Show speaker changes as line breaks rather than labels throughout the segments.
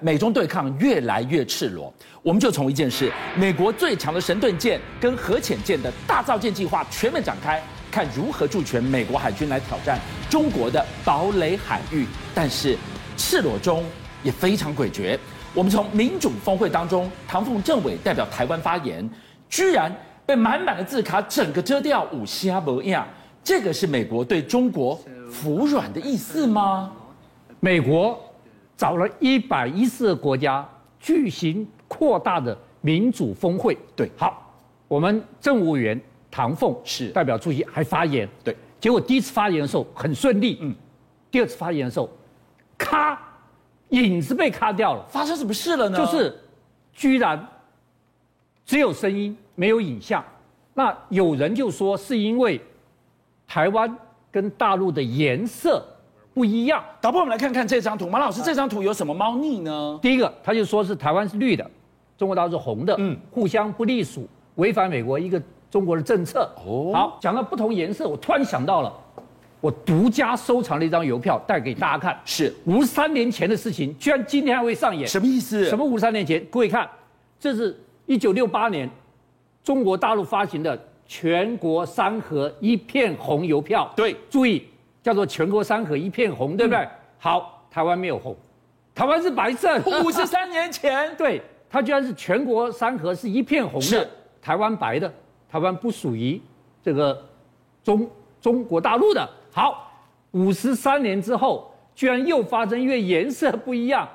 美中对抗越来越赤裸。我们就从一件事：美国最强的神盾舰跟核潜舰的大造舰计划全面展开，看如何助全美国海军来挑战中国的堡垒海域。但是，赤裸中也非常诡谲。我们从民主峰会当中，唐凤政委代表台湾发言，居然被满满的字卡整个遮掉，五西阿伯亚，这个是美国对中国服软的意思吗？
美国找了一百一十个国家巨型扩大的民主峰会。
对
好，我们政务员唐凤
是
代表出席还发言。
对，
结果第一次发言的时候很顺利，
嗯
嗯，第二次发言的时候，咔，影子被咔掉了，
发生什么事了呢？
就是居然只有声音没有影像。那有人就说是因为台湾跟大陆的颜色不一样。
导播，我们来看看这张图。马老师，这张图有什么猫腻呢？
第一个，他就说是台湾是绿的，中国大陆是红的，
嗯
互相不隶属，违反美国一个中国的政策。
哦
好，讲到不同颜色，我突然想到了，我独家收藏了一张邮票带给大家看，
是
五十三年前的事情，居然今天还会上演，
什么意思？
什么五十三年前？各位看，这是一九六八年中国大陆发行的全国三合一片红邮票。
对嗯
注意叫做全国三合一片红，对不对？好，台湾没有红，台湾是白色。
五十三年前，
对，它居然是全国三合是一片红
是
的，台湾白的，台湾不属于这个中中国大陆的。好，五十三年之后，居然又发生，因为颜色不一样，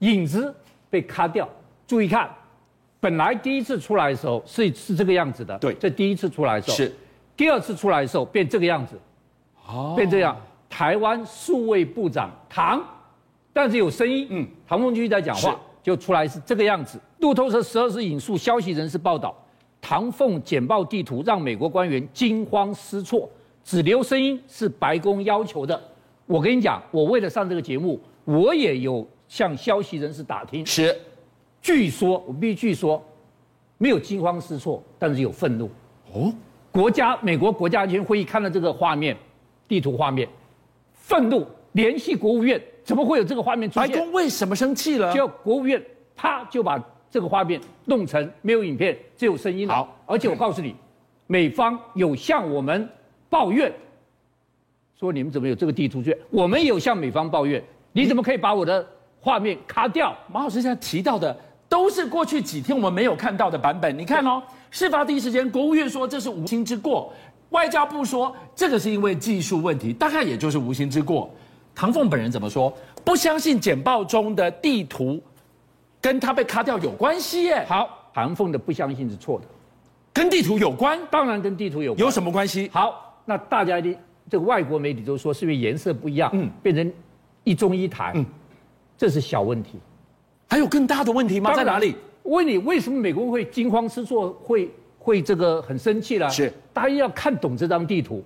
影子被咔掉。注意看，本来第一次出来的时候是是这个样子的，
对
这第一次出来的时候
是，
第二次出来的时候变这个样子，
哦
变这样。台湾数位部长唐，但是有声音，
嗯
嗯，唐凤继续在讲
是
话，就出来是这个样子。路透社十二时引述消息人士报道，唐凤简报地图让美国官员惊慌失措，只留声音是白宫要求的。我跟你讲，我为了上这个节目，我也有向消息人士打 听，
是
据说我必须据说，没有惊慌失措，但是有愤怒。
哦，
国家美国国家安全会议看到这个画面，地图画面，愤怒联系国务院，怎么会有这个画面出
白
现？
宫啊为什么生气了？
就国务院啪就把这个画面弄成没有影片，只有声音了
好，
而且我告诉你，美方有向我们抱怨，说你们怎么有这个地图卷？我们也有向美方抱怨，你怎么可以把我的画面咔掉？
马老师现在提到的都是过去几天我们没有看到的版本。你看哦，事发第一时间，国务院说这是无心之过，外交部说这个是因为技术问题，大概也就是无心之过。唐凤本人怎么说？不相信简报中的地图跟他被卡掉有关系耶，
好，韩凤的不相信是错的，
跟地图有关，
当然跟地图有关。
有什么关系？
好，那大家的这个外国媒体都说是因为颜色不一样，
嗯
变成一中一台，这是小问题。
还有更大的问题吗？在哪里？？
我问你，为什么美国会惊慌失措，会会这个很生气了？
是，
大家要看懂这张地图。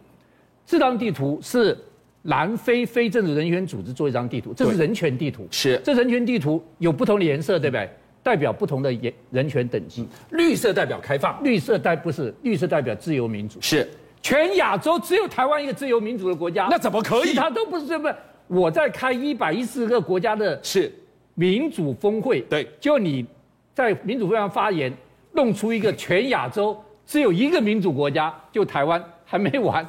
这张地图是南非非政府人权组织做一张地图，这是
对
人权地图。
是
这人权地图有不同的颜色，对不对？代表不同的颜人权等级。
绿色代表开放，
绿色代不是绿色代表自由民主，
是
全亚洲只有台湾一个自由民主的国家，
那怎么可以
其他都不是这么。我在开一百一十个国家的
是
民主峰会，
对
就你在民主会上发言，弄出一个全亚洲只有一个民主国家，就台湾还没完，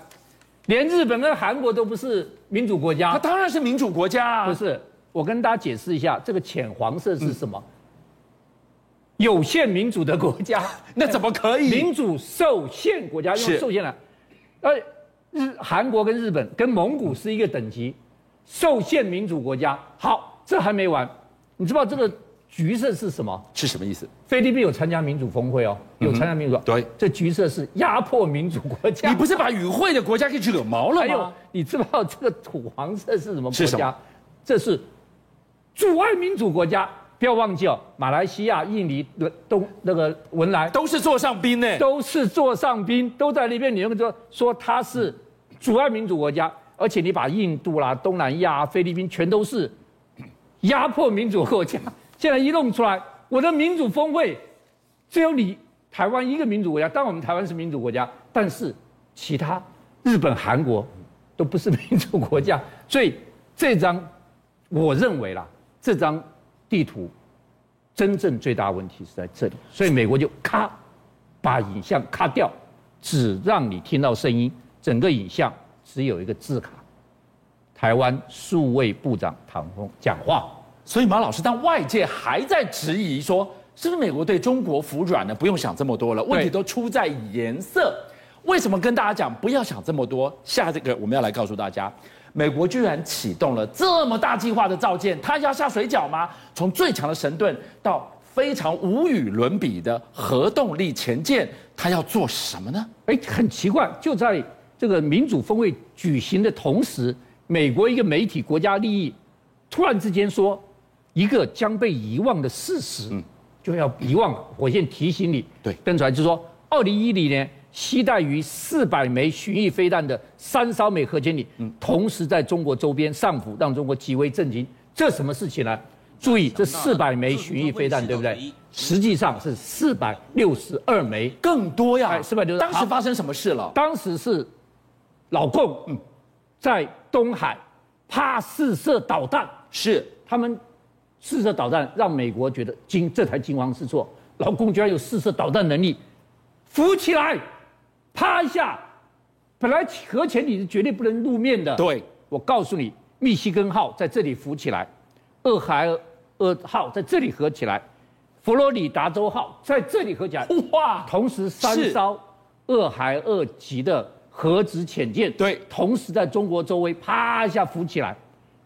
连日本跟韩国都不是民主国
它
家，
当啊然是民主国家
不
啊，
是。我跟大家解释一下，这个浅黄色是什么？
嗯
有限民主的国家。
那怎么可以？
民主受限国家
是
用受限来，呃，日韩国跟日本跟蒙古是一个等级，受限民主国家。好，这还没完，你知道这个橘色是什么？
是什么意思？
菲律宾有参加民主峰会哦，有参加民主。
嗯对
这橘色是压迫民主国家。
你不是把与会的国家给惹毛了
还有
吗？，
你知道这个土黄色是什么
是
国
什
家
么？
这是阻碍民主国家。不要忘记哦，马来西亚、印尼、呃东那个文莱
都是座上宾呢。
都是座上宾，都在那边。你们说说他是阻碍民主国家，而且你把印度啦、东南亚、菲律宾全都是压迫民主国家。现在一弄出来，我的民主峰会只有你台湾一个民主国家，当然我们台湾是民主国家，但是其他日本、韩国都不是民主国家，所以这张我认为啦，这张地图，真正最大问题是在这里。所以美国就咔，把影像咔掉，只让你听到声音，整个影像只有一个字卡。台湾数位部长唐凤讲话，
所以马老师，但外界还在质疑说，是不是美国对中国服软呢？不用想这么多了，问题都出在颜色。为什么跟大家讲不要想这么多？下这个我们要来告诉大家，美国居然启动了这么大计划的造舰，它要下水饺吗？从最强的神盾到非常无与伦比的核动力前舰，它要做什么呢？
哎，很奇怪，就在这个民主峰会举行的同时，美国一个媒体国家利益，突然之间说一个将被遗忘的事实，就要遗忘。我先提醒你，
对
登出来就说，二零一零年携带于四百枚巡弋飞弹的三艘美核潜艇，同时在中国周边上浮，让中国极为震惊。这什么事情呢？注意，这四百枚巡弋飞弹，对不对？实际上是四百六十二枚。
更多呀，
哎460
当时发生什么事了？
当时是老共嗯在东海啪试射导弹，
是
他们试射导弹让美国觉得惊，这才惊慌失措。老共居然有试射导弹能力，浮起来，啪一下，本来核潜艇是绝对不能露面的。
对，
我告诉你，密西根号在这里浮起来，俄亥俄号在这里合起来，佛罗里达州号在这里合起来，
哇，
同时三
是
艘俄亥俄级的核子潜舰，
对
同时在中国周围啪一下浮起来，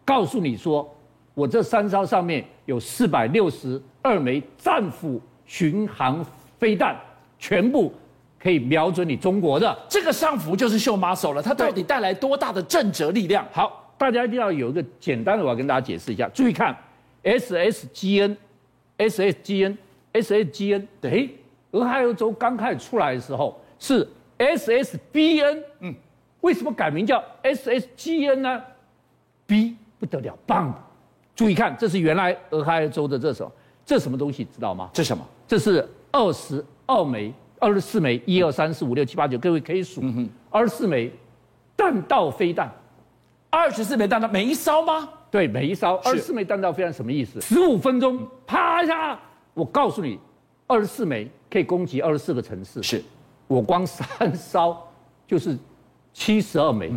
告诉你说，我这三艘上面有四百六十二枚战斧巡航飞弹，全部可以瞄准你中国的。
这个上浮就是秀马手了，它到底带来多大的震慑力量？
好，大家一定要有一个简单的，我要跟大家解释一下。注意看，SSGN、SSGN、SSGN，
对
诶，俄亥俄州刚开始出来的时候是 SSBN，嗯，为什么改名叫 SSGN 呢？B 不得了，棒！注意看，这是原来俄亥俄州的这什么？这什么东西知道吗？
这什么？
这是二十二枚、二十四枚，一二三四五六七八九，各位可以数，二十四枚弹道飞弹。
二十四枚弹道，每一艘吗？
对，每一艘二十四枚弹道飞弹什么意思？十五分钟，啪一下，我告诉你，二十四枚可以攻击二十四个城市。
是，
我光三艘就是七十二枚，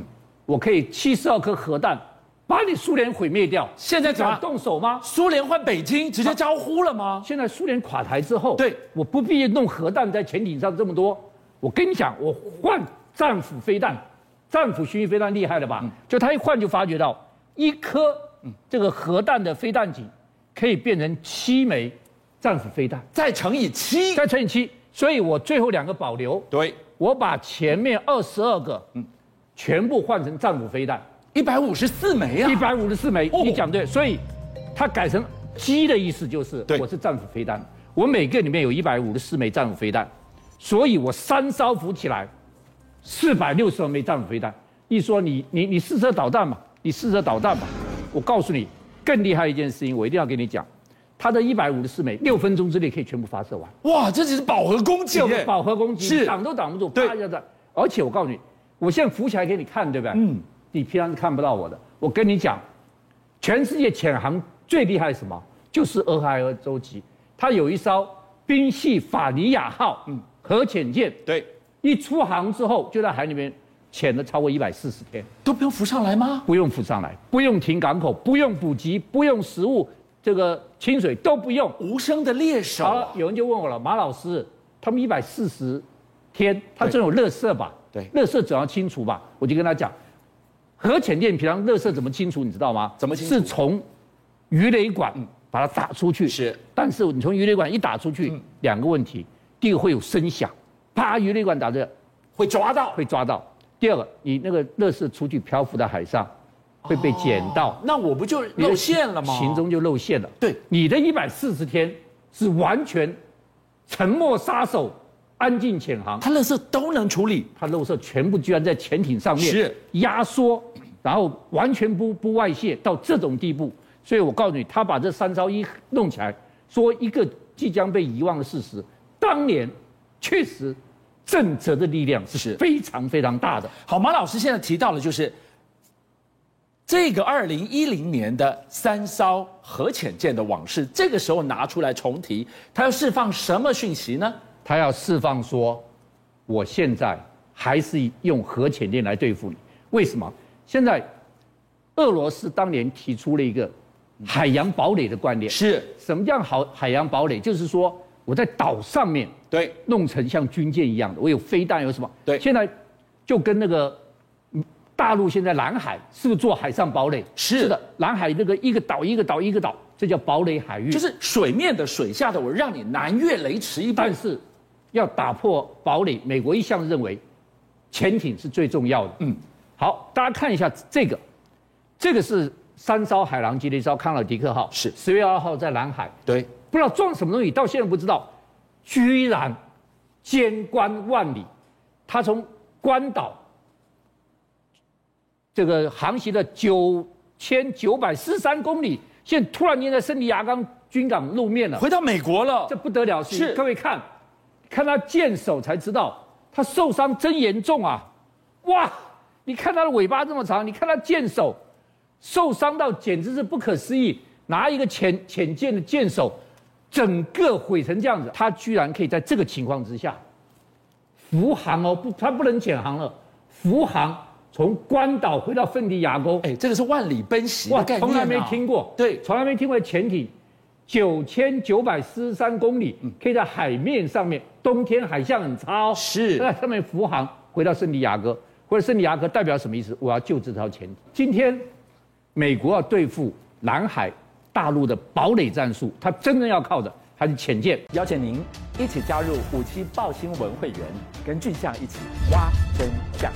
我可以七十二颗核弹把你苏联毁灭掉。
现在
你
怎么
敢动手吗？
苏联换北京，直接招呼了吗？
现在苏联垮台之后，
对
我不必弄核弹在潜艇上这么多。我跟你讲，我换战斧飞弹，战斧巡弋飞弹厉害了吧？就他一换就发觉到，一颗这个核弹的飞弹井可以变成七枚战斧飞弹，
再乘以七，
再乘以七，所以我最后两个保留，
对，
我把前面二十二个全部换成战斧飞弹。
一百五十四枚啊
一！百五十四枚，
哦
你讲对，所以它改成“鸡”的意思就是
对
我是战斧飞弹，我每个里面有一百五十四枚战斧飞弹，所以我三艘浮起来，四百六十枚战斧飞弹。一说你你你试射导弹嘛，你试射导弹嘛，我告诉你，更厉害一件事情，我一定要跟你讲，它的一百五十四枚六分钟之内可以全部发射完。
哇，这只是饱和攻击
就
耶！
饱和攻击，
是
挡都挡不住，
对
啪一下子。而且我告诉你，我现在浮起来给你看，对不对？嗯，你平常是看不到我的。我跟你讲，全世界潜航最厉害是什么？就是俄亥俄州级，它有一艘宾夕法尼亚号
嗯
核潜舰，
对，
一出航之后就在海里面潜了超过一百四十天，
都不用浮上来吗？
不用浮上来，不用停港口，不用补给，不用食物，这个清水都不用。
无声的猎手
好
啊、
了，有人就问我了，马老师，他们一百四十天，他这有垃圾吧？
对
垃圾总要清除吧？我就跟他讲，核潜店平常垃圾怎么清除，你知道吗？
怎么清除
是从鱼雷管把它打出去。
是，嗯
但是你从鱼雷管一打出去，两个问题：第一个会有声响，啪，鱼雷管打出去
会抓到。
会抓到；第二个，你那个垃圾出去漂浮在海上，会被捡到。
那我不就
你的
哦露馅了吗？
行踪就露馅了。
对
你的一百四十天是完全沉默杀手，安静潜航，
他垃圾都能处理，
它漏射全部居然在潜艇上面
是
压缩，然后完全不不外泄到这种地步。所以我告诉你，他把这三招一弄起来，说一个即将被遗忘的事实，当年确实正则的力量
是
是非常非常大的。
好，马老师现在提到了，就是这个二零一零年的三艘核潜舰的往事，这个时候拿出来重提，它要释放什么讯息呢？
他要释放说，我现在还是用核潜艇来对付你。为什么？现在俄罗斯当年提出了一个海洋堡垒的观念。
是
什么叫好海洋堡垒？就是说我在岛上面
对，
弄成像军舰一样的，我有飞弹，有什么？
对
现在就跟那个嗯大陆现在南海是不是做海上堡垒？
是
的，南海那个一个岛一个岛一个岛，这叫堡垒海域。
就是水面的、水下的，我让你南越雷池一半
但。是要打破堡垒，美国一向认为潜艇是最重要的。
嗯，
好，大家看一下这个，这个是三艘海狼级的一艘康老迪克号，
是
十月二号在南海，
对，
不知道撞什么东西，到现在不知道，居然监关万里，他从关岛这个航行了九千九百四十三公里，现在突然间在圣地亚哥军港露面了。
回到美国了
这。不得了事情！
哦是
各位看，看他剑手才知道他受伤真严重啊！哇，你看他的尾巴这么长，你看他剑手受伤到简直是不可思议，拿一个浅浅剑的剑手，整个毁成这样子，他居然可以在这个情况之下，浮航哦，不，他不能潜航了，浮航从关岛回到圣地亚哥，
哎，这个是万里奔袭
哇，
的概念、啊、
从来没听过，
对
从来没听过潜艇，九千九百四十三公里，可以在海面上面，冬天海象很差哦，
嗯是
在上面浮航回到圣地亚哥，回到圣地亚哥代表什么意思？我要救这条潜艇。今天美国要对付南海大陆的堡垒战术，它真正要靠的还是潜舰。
邀请您一起加入五七报新闻会员，跟俊相一起挖真相。